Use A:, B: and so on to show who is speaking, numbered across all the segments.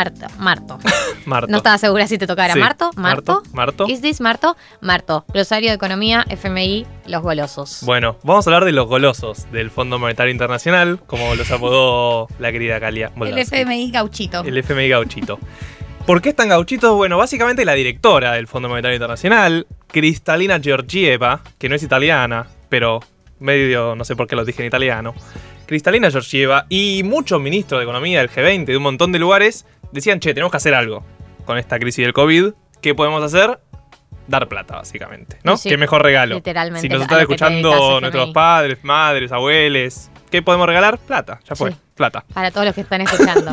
A: Marto, Marto.
B: Marto.
A: No estaba segura si te tocaba. Era
B: Sí.
A: Marto, Marto.
B: Marto.
A: Is this Marto? Marto. Glosario de Economía, FMI, Los Golosos.
B: Bueno, vamos a hablar de los golosos del Fondo Monetario Internacional, como los apodó la querida Calia.
C: El FMI gauchito.
B: El FMI gauchito. ¿Por qué es tan gauchito? Bueno, básicamente la directora del Fondo Monetario Internacional, Cristalina Georgieva, que no es italiana, pero medio no sé por qué lo dije en italiano. Cristalina Georgieva y muchos ministros de economía del G20 de un montón de lugares decían, "Che, tenemos que hacer algo con esta crisis del COVID, ¿qué podemos hacer?" Dar plata, básicamente, ¿no?
A: Sí, sí.
B: qué mejor regalo.
A: Literalmente,
B: Si nos
A: a
B: están
A: lo que te dedicas,
B: escuchando
A: FMI.
B: nuestros padres, madres, abuelos, ¿qué podemos regalar? Plata, ya fue,
A: Sí.
B: plata.
A: Para todos los que están escuchando.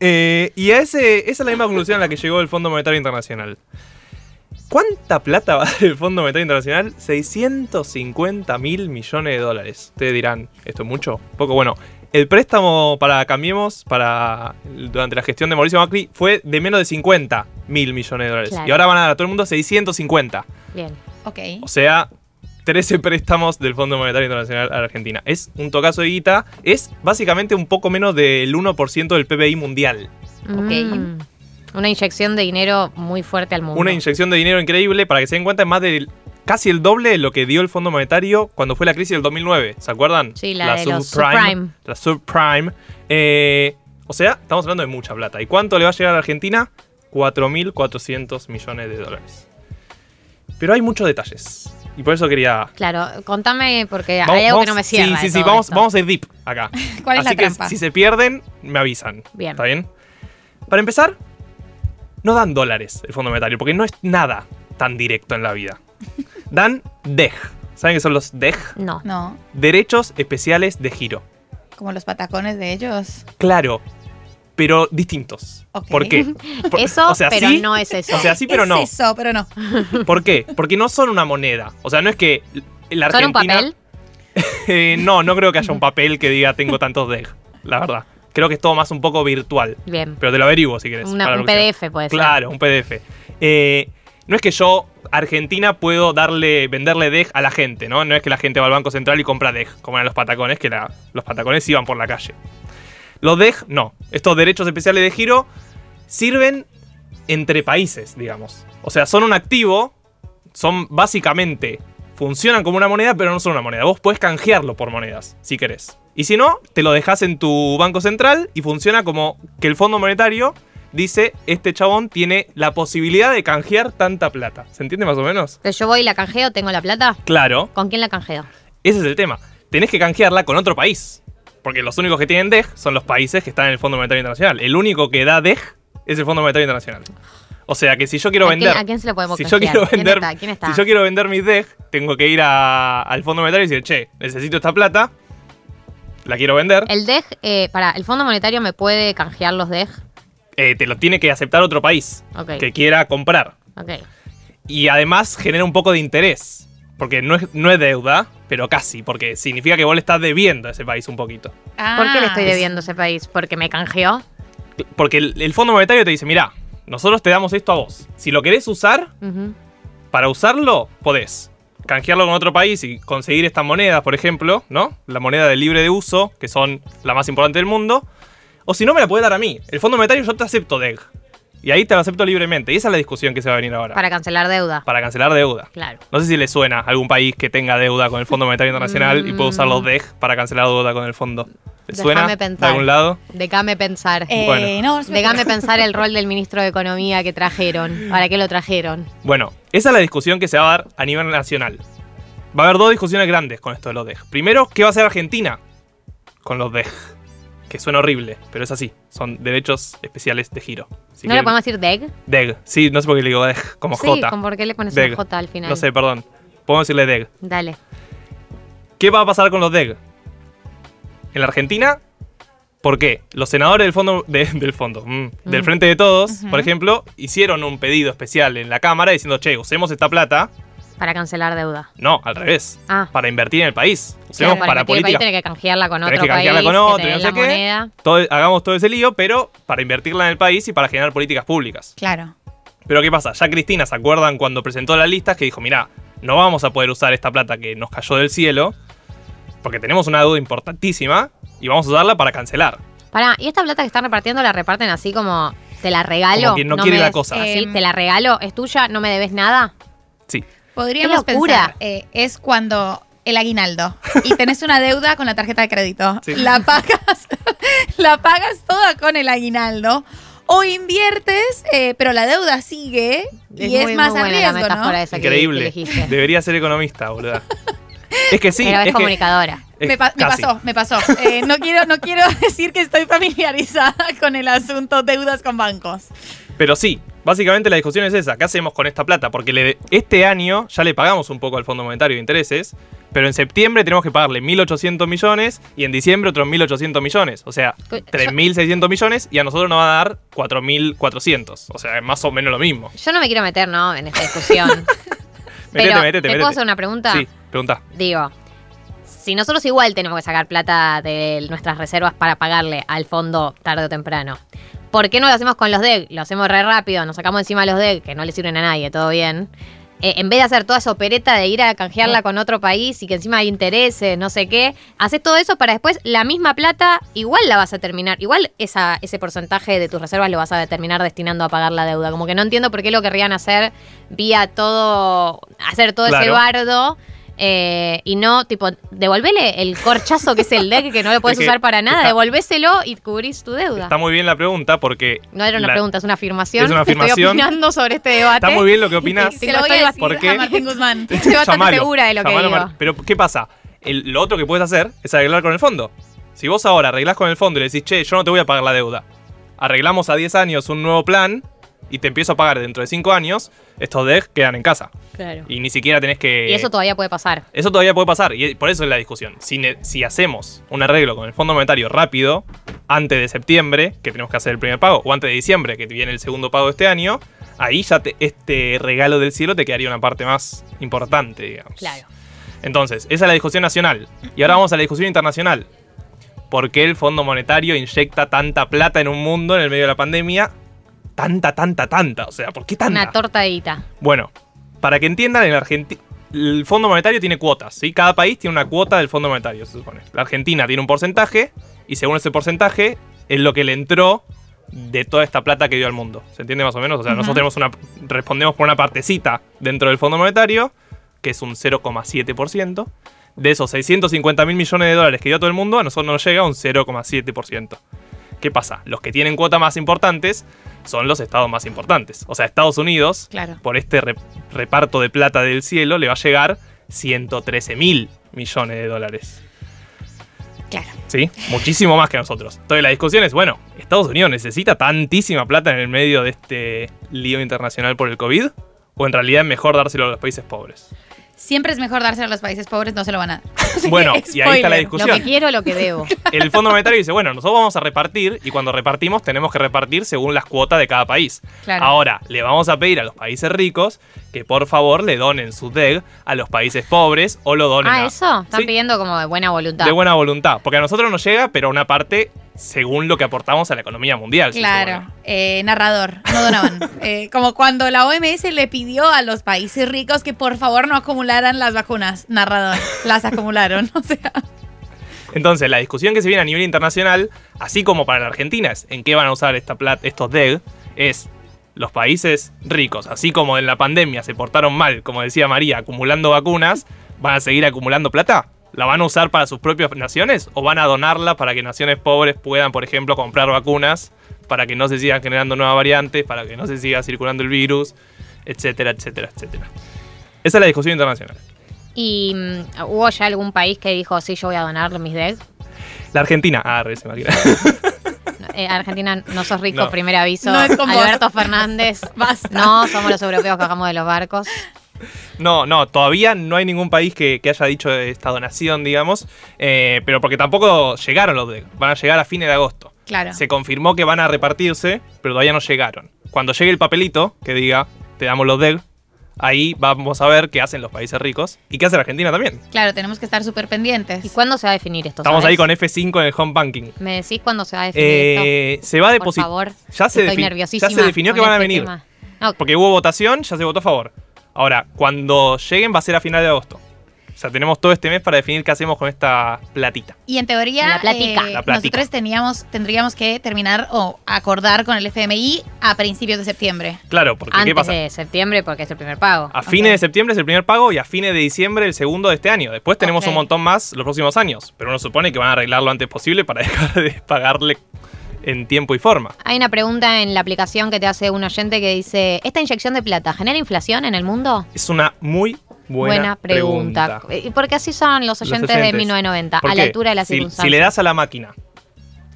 B: Eh, y a ese, esa es la misma conclusión a la que llegó el Fondo Monetario Internacional. ¿Cuánta plata va a dar el Fondo Monetario Internacional? 650 mil millones de dólares. Ustedes dirán, ¿esto es mucho? Poco. Bueno, el préstamo para Cambiemos para, durante la gestión de Mauricio Macri fue de menos de 50 mil millones de dólares.
A: Claro.
B: Y ahora van a dar a todo el mundo 650.
A: Bien.
C: Ok.
B: O sea, 13 préstamos del Fondo Monetario Internacional a la Argentina. Es un tocazo de guita. Es básicamente un poco menos del 1% del PBI mundial.
A: Mm. Una inyección de dinero muy fuerte al mundo.
B: Una inyección de dinero increíble, para que se den cuenta, es más del casi el doble de lo que dio el Fondo Monetario cuando fue la crisis del 2009. ¿Se acuerdan?
A: Sí, la de los subprime.
B: La subprime. Eh, o sea, estamos hablando de mucha plata. ¿Y cuánto le va a llegar a la Argentina? 4.400 millones de dólares. Pero hay muchos detalles. Y por eso quería...
A: Claro, contame porque
B: Vamos-
A: hay algo
B: vamos-
A: que no me cierra.
B: Sí,
A: de
B: sí, sí,
A: todo
B: vamos,
A: esto.
B: vamos a ir deep acá.
C: ¿Cuál es
B: Así
C: la
B: que
C: trampa?
B: si se pierden, me avisan.
A: Bien.
B: ¿Está bien? Para empezar, no dan dólares el Fondo Monetario, porque no es nada tan directo en la vida. Dan DEG. ¿Saben qué son los DEG?
A: No.
C: No,
B: Derechos especiales de giro.
C: como los patacones de ellos.
B: Claro, pero distintos.
C: Ok.
B: ¿Por qué? Por-
A: Eso,
B: o sea,
A: pero
B: sí,
A: no es eso.
B: O sea, sí, pero
C: es
B: no.
C: eso, pero no.
B: ¿Por qué? Porque no son una moneda. O sea, no es que la
A: ¿Son un
B: Argentina...
A: papel?
B: Eh, no, no creo que haya un papel que diga tengo tantos DEG, la verdad. Creo que es todo más un poco virtual.
A: Bien.
B: Pero te lo averiguo si querés.
A: Una-
B: para la
A: un
B: próxima.
A: PDF puede ser.
B: Claro, un PDF. Eh, no es que yo, Argentina, puedo darle, venderle DEG a la gente, ¿no? No es que la gente va al Banco Central y compra DEG, como eran los patacones, que la- los patacones iban por la calle. Los DEG, no. Estos derechos especiales de giro sirven entre países, digamos. O sea, son un activo, son básicamente, funcionan como una moneda, pero no son una moneda. Vos podés canjearlo por monedas, si querés. Y si no, te lo dejas en tu banco central y funciona como que el Fondo Monetario dice, este chabón tiene la posibilidad de canjear tanta plata. ¿Se entiende más o menos?
A: Pero yo voy y la canjeo, tengo la plata.
B: Claro,
A: ¿Con quién la canjeo?
B: ese es el tema. Tenés que canjearla con otro país. Porque los únicos que tienen DEG son los países que están en el Fondo Monetario Internacional. El único que da DEG es el Fondo Monetario Internacional. O sea que si yo quiero
A: ¿A quién-
B: vender...
A: ¿A quién se lo podemos
B: si yo
A: canjear?
B: quiero
A: ¿Quién
B: vender,
A: está? ¿Quién está?
B: Si yo quiero vender mis DEG, tengo que ir a- al Fondo Monetario y decir, che, necesito esta plata, la quiero vender.
A: El DEG, eh, para, ¿el Fondo Monetario me puede canjear los DEG?
B: Eh, te lo tiene que aceptar otro país
A: Ok,
B: que quiera comprar.
A: ok.
B: Y además genera un poco de interés. Porque no es, no es deuda, pero casi. Porque significa que vos le estás debiendo a ese país un poquito.
A: ¿Por qué le estoy
C: Ah,
A: debiendo a ese país? ¿Porque me canjeó?
B: Porque el, el Fondo Monetario te dice, mirá, nosotros te damos esto a vos. Si lo querés usar,
A: Ujú.
B: para usarlo, podés canjearlo con otro país y conseguir estas monedas, por ejemplo, ¿no? La moneda de libre de uso, que son la más importante del mundo. O si no, me la podés dar a mí. El Fondo Monetario yo te acepto DEG. Y ahí te lo acepto libremente. Y esa es la discusión que se va a venir ahora.
A: Para cancelar deuda.
B: para cancelar deuda.
A: Claro.
B: No sé si le suena a algún país que tenga deuda con el Fondo Monetario Internacional y puede usar los DEG para cancelar deuda con el fondo. ¿Le
A: Mm. Déjame
B: suena de
A: pensar.
B: algún lado?
A: Déjame pensar.
C: Eh,
B: Bueno.
C: no, no se me
A: Déjame pensar el rol del ministro de Economía que trajeron. ¿Para qué lo trajeron?
B: Bueno, esa es la discusión que se va a dar a nivel nacional. Va a haber dos discusiones grandes con esto de los DEG. Primero, ¿qué va a hacer Argentina con los DEG? Que suena horrible, pero es así. Son derechos especiales de giro. Si
A: ¿No
B: quieren-
A: le podemos decir DEG?
B: DEG. Sí, no sé por qué le digo DEG, como
A: sí,
B: J.
A: ¿con ¿por qué le pones
B: DEG.
A: una J al final?
B: No sé, perdón. Podemos decirle DEG.
A: Dale.
B: ¿Qué va a pasar con los DEG? En la Argentina, ¿por qué? Los senadores del fondo, de- del fondo, mm, del
A: Mm.
B: Frente de Todos,
C: Ujú.
B: por ejemplo, hicieron un pedido especial en la Cámara diciendo, che, usemos esta plata.
A: Para cancelar deuda.
B: No, al revés.
A: Ah.
B: Para invertir en el país.
A: Claro,
B: Usemos
A: invertir
B: para
A: el país
B: política.
A: Tiene que canjearla con
B: Tenés
A: otro
B: que canjearla
A: país.
B: con otro,
A: que te
B: no
A: den
B: sé
A: la
B: qué.
A: moneda.
B: Todo- hagamos todo ese lío, pero para invertirla en el país y para generar políticas públicas.
C: Claro.
B: Pero ¿qué pasa? Ya Cristina, ¿se acuerdan cuando presentó las listas que dijo, mirá, no vamos a poder usar esta plata que nos cayó del cielo, porque tenemos una deuda importantísima y vamos a usarla para cancelar.
A: Pará, ¿y esta plata que están repartiendo la reparten así como te la regalo?
B: Como quien no quiere
A: me
B: la
A: des-
B: cosa.
A: así,
C: Em.
A: te la regalo, es tuya, no me debes nada.
B: Sí.
C: Podríamos
A: ¡Qué locura!
C: pensar, eh, es cuando el aguinaldo y tenés una deuda con la tarjeta de crédito.
B: Sí.
C: La pagas, la pagas toda con el aguinaldo. O inviertes, eh, pero la deuda sigue y es,
A: muy,
C: más
A: muy
C: a
A: buena
C: riesgo,
A: la metáfora
C: ¿no?
A: esa que- que
B: Increíble.
A: elegiste.
B: Debería ser economista, boludo. Es que sí.
A: Pero es,
B: es que-
A: comunicadora.
B: es
C: me, pa- me
B: casi.
C: pasó, me pasó. Eh, no, quiero, no quiero decir que estoy familiarizada con el asunto deudas con bancos.
B: Pero sí, básicamente la discusión es esa. ¿Qué hacemos con esta plata? Porque le- este año ya le pagamos un poco al Fondo Monetario de Intereses, pero en septiembre tenemos que pagarle 1.800 millones y en diciembre otros 1.800 millones. O sea,
A: Pues,
B: 3.600 millones y a nosotros nos va a dar 4.400. O sea, más o menos lo mismo.
A: Yo no me quiero meter, ¿no? En esta discusión. pero,
B: Métete, métete,
A: ¿te puedo
B: métete.
A: hacer una pregunta?
B: Sí, pregunta.
A: Digo, si nosotros igual tenemos que sacar plata de nuestras reservas para pagarle al fondo tarde o temprano, ¿por qué no lo hacemos con los DEG? Lo hacemos re rápido, nos sacamos encima los DEG, que no le sirven a nadie, todo bien. Eh, en vez de hacer toda esa opereta de ir a canjearla con otro país y que encima hay intereses, no sé qué, haces todo eso para después la misma plata igual la vas a terminar, igual esa, ese porcentaje de tus reservas lo vas a terminar destinando a pagar la deuda. Como que no entiendo por qué lo querrían hacer vía todo, hacer todo ese
B: Claro.
A: bardo eh, y no, tipo, devolvele el corchazo que es el deck que no lo puedes
B: Es que
A: usar para nada,
B: está-
A: devolvéselo y cubrís tu deuda.
B: Está muy bien la pregunta porque
A: no era una
B: la-
A: pregunta, es una afirmación.
B: Es una
A: Estoy
B: afirmación.
A: opinando sobre este debate.
B: está muy bien lo que
A: Ah,
B: opinás.
A: sí,
C: Se lo
A: lo
C: voy
A: estoy
C: a decir
B: ¿Por qué?
C: a Martín Guzmán.
A: Estoy bastante
B: Llamalo,
A: segura de lo que
B: llamalo,
A: digo.
B: Mar- Pero, ¿qué pasa? El- lo otro que puedes hacer es arreglar con el fondo. Si vos ahora arreglás con el fondo y le decís, che, yo no te voy a pagar la deuda. Arreglamos a 10 años un nuevo plan y te empiezo a pagar dentro de 5 años, estos DEG quedan en casa.
A: Claro.
B: Y ni siquiera tenés que...
A: Y eso todavía puede pasar.
B: Eso todavía puede pasar, y por eso es la discusión. Si, ne- si hacemos un arreglo con el Fondo Monetario rápido, antes de septiembre, que tenemos que hacer el primer pago, o antes de diciembre, que viene el segundo pago de este año, ahí ya te- este regalo del cielo te quedaría una parte más importante, digamos.
A: Claro.
B: Entonces, esa es la discusión nacional. Y ahora vamos a la discusión internacional. ¿Por qué el Fondo Monetario inyecta tanta plata en un mundo en el medio de la pandemia? Tanta, tanta, tanta. O sea, ¿por qué tanta?
A: Una torta de guita.
B: Bueno, para que entiendan, en Argentina. El Fondo Monetario tiene cuotas, ¿sí? Cada país tiene una cuota del Fondo Monetario, se supone. La Argentina tiene un porcentaje y según ese porcentaje es lo que le entró de toda esta plata que dio al mundo. ¿Se entiende más o menos? O sea,
C: Ujú.
B: nosotros tenemos una respondemos por una partecita dentro del Fondo Monetario, que es un 0,7%. De esos 650 mil millones de dólares que dio a todo el mundo, a nosotros nos llega un 0,7%. ¿Qué pasa? Los que tienen cuotas más importantes son los estados más importantes. O sea, Estados Unidos,
C: Claro.
B: por este re- reparto de plata del cielo, le va a llegar 113 mil millones de dólares.
C: Claro.
B: ¿Sí? Muchísimo más que nosotros. Entonces la discusión es, bueno, ¿Estados Unidos necesita tantísima plata en el medio de este lío internacional por el COVID? ¿O en realidad es mejor dárselo a los países pobres?
C: Siempre es mejor dárselo a los países pobres, no se lo van a dar. Así que,
B: Bueno, y ahí está
A: Lo que
B: la
C: spoiler.
B: discusión.
A: quiero, lo que debo.
B: El Fondo Monetario dice, bueno, nosotros vamos a repartir y cuando repartimos tenemos que repartir según las cuotas de cada país.
C: Claro.
B: Ahora, le vamos a pedir a los países ricos que por favor le donen su DEG a los países pobres o lo donen
A: ah,
B: a-
A: eso. Están
B: Sí,
A: pidiendo como de buena voluntad.
B: de buena voluntad. Porque a nosotros nos llega, pero una parte según lo que aportamos a la economía mundial. se
C: Claro,
B: supone.
C: eh, narrador, no donaban. Eh, como cuando la OMS le pidió a los países ricos que por favor no acumularan las vacunas, narrador, las acumularon. O sea,
B: Entonces, la discusión que se viene a nivel internacional, así como para la Argentina, es en qué van a usar esta plata, estos DEG, es los países ricos, así como en la pandemia se portaron mal, como decía María, acumulando vacunas, ¿van a seguir acumulando plata? ¿La van a usar para sus propias naciones o van a donarla para que naciones pobres puedan, por ejemplo, comprar vacunas para que no se sigan generando nuevas variantes, para que no se siga circulando el virus, etcétera, etcétera, etcétera? Esa es la discusión internacional.
A: ¿Y mm, hubo ya algún país que dijo, sí, yo voy a donar mis DEG?
B: La Argentina, ah, re, se imagina.
A: Eh, Argentina, no sos rico,
B: No.
A: primer aviso.
C: No es con vos.
A: Alberto Fernández.
C: Basta.
A: No, somos los europeos que bajamos de los barcos.
B: No, no, todavía no hay ningún país que, que haya dicho esta donación, digamos, eh, pero porque tampoco llegaron los de, van a llegar a fines de agosto.
C: claro.
B: Se confirmó que van a repartirse, pero todavía no llegaron. Cuando llegue el papelito que diga, te damos los DEG, ahí vamos a ver qué hacen los países ricos y qué hace la Argentina también.
C: Claro, tenemos que estar súper pendientes.
A: ¿Y cuándo se va a definir esto?
B: Estamos
A: sabes?
B: ahí con F5 en el home banking.
A: ¿Me decís cuándo se va a definir esto?
B: Eh, se va a
A: Por
B: depositar.
A: favor.
B: ya se
A: Estoy
B: defi-
A: nerviosísima.
B: ya se definió que
A: con
B: van a
A: este
B: venir.
A: tema. No,
B: Porque hubo votación, ya se votó a favor. Ahora, cuando lleguen va a ser a final de agosto. O sea, tenemos todo este mes para definir qué hacemos con esta platita.
C: Y en teoría,
A: La platica.
C: eh,
B: La platica.
C: nosotros teníamos, tendríamos que terminar o acordar con el FMI a principios de septiembre.
B: Claro, porque ¿qué
A: Antes
B: pasa? Ah.
A: de septiembre porque es el primer pago.
B: A fines
C: Ok.
B: de septiembre es el primer pago y a fines de diciembre el segundo de este año. Después tenemos
C: Ok.
B: un montón más los próximos años, pero uno supone que van a arreglar lo antes posible para dejar de pagarle en tiempo y forma.
A: Hay una pregunta en la aplicación que te hace un oyente que dice, ¿esta inyección de plata genera inflación en el mundo?
B: Es una muy buena, pregunta.
A: Eh, Porque así son los
B: Los
A: oyentes, de
B: oyentes.
A: 1990,
B: ¿Por
A: a
B: qué?
A: la altura de las
B: Si-
A: circunstancias.
B: Si le das a la máquina,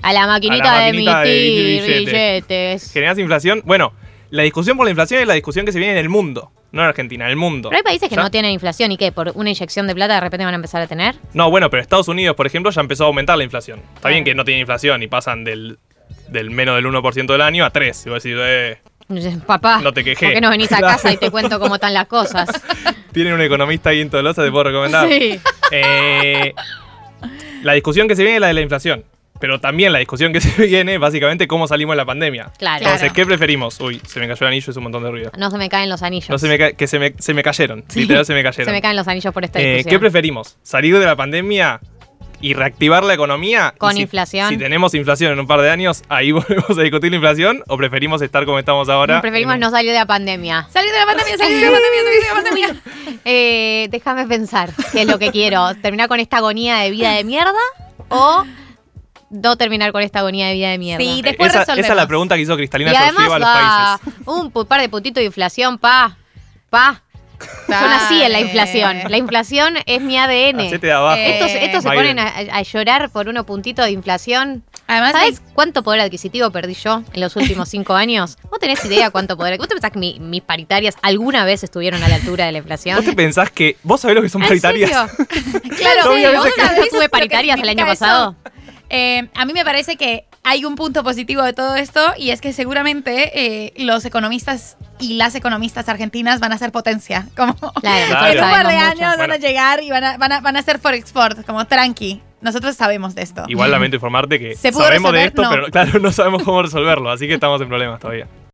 A: a la maquinita,
B: a la maquinita de
A: de emitir
B: billetes.
A: billetes.
B: generas inflación. Bueno, la discusión por la inflación es la discusión que se viene en el mundo, no en Argentina, en el mundo.
A: Pero hay países que
B: ¿Ya?
A: no tienen inflación y que por una inyección de plata de repente van a empezar a tener.
B: No, bueno, pero Estados Unidos, por ejemplo, ya empezó a aumentar la inflación. Está
A: Claro.
B: bien que no tiene inflación y pasan del, del menos del 1% del año a 3. Y vos decís, eh,
A: Papá,
B: No te quejé.
A: Ah, ¿por qué no venís a
B: Claro.
A: casa y te cuento cómo están las cosas?
B: tienen un economista ahí en Tolosa, te puedo recomendar.
A: Sí.
B: Eh, la discusión que se viene es la de la inflación. Pero también la discusión que se viene, básicamente, cómo salimos de la pandemia.
A: Claro.
B: Entonces, ¿qué preferimos? Uy, se me cayó el anillo, es un montón de ruido.
A: No se me caen los anillos.
B: No se me ca- que se me, se me cayeron. Literal, se me cayeron.
A: Se me caen los anillos por esta
B: Eh,
A: discusión.
B: ¿Qué preferimos? ¿Salir de la pandemia y reactivar la economía?
A: Con
B: Y si-
A: inflación.
B: Si tenemos inflación en un par de años, ahí volvemos a discutir la inflación o preferimos estar como estamos ahora. Eh,
A: Preferimos
B: En-
A: no salir de la pandemia.
C: Salir de la pandemia, salir de la pandemia, salir de la pandemia.
A: Eh, déjame pensar qué es lo que quiero. ¿Terminar con esta agonía de vida de mierda o no terminar con esta agonía de vida de mierda?
C: Sí,
B: Eh,
C: después
B: esa, esa
C: resolvemos.
B: es la pregunta que hizo Cristalina
A: y además
B: Georgieva a los
A: va
B: países.
A: un pu- par de puntitos de inflación, pa. Pa. Son así en la inflación. La inflación es mi ADN.
B: Hacete de abajo.
C: Eh,
A: Estos, estos se
B: Biden.
A: ponen a, a llorar por uno puntito de inflación.
C: Además,
A: ¿Sabes cuánto poder adquisitivo perdí yo en los últimos cinco años? ¿Vos tenés idea cuánto poder? ¿Vos te pensás que mi- mis paritarias alguna vez estuvieron a la altura de la inflación?
B: ¿Vos te pensás que vos sabés lo que son
A: ¿En
B: paritarias?
A: serio?
C: claro,
A: No,
C: sí,
A: yo
C: ¿vos
A: pensé que
C: sabés
A: no
C: lo
A: tuve
C: que
A: paritarias el año
C: significa
A: pasado.
C: eso? Eh, a mí me parece que hay un punto positivo de todo esto y es que seguramente eh, los economistas y las economistas argentinas van a ser potencia. Como
A: Claro,
B: Claro.
C: en un par de
A: sabemos
C: años
A: mucho.
C: van
B: Bueno.
C: a llegar y van a, van a, van a ser for export, como tranqui. Nosotros sabemos de esto.
B: Igual lamento informarte que
C: ¿Se pudo
B: sabemos de
C: resolver?
B: esto,
C: No.
B: pero claro, no sabemos cómo resolverlo, así que estamos en problemas todavía.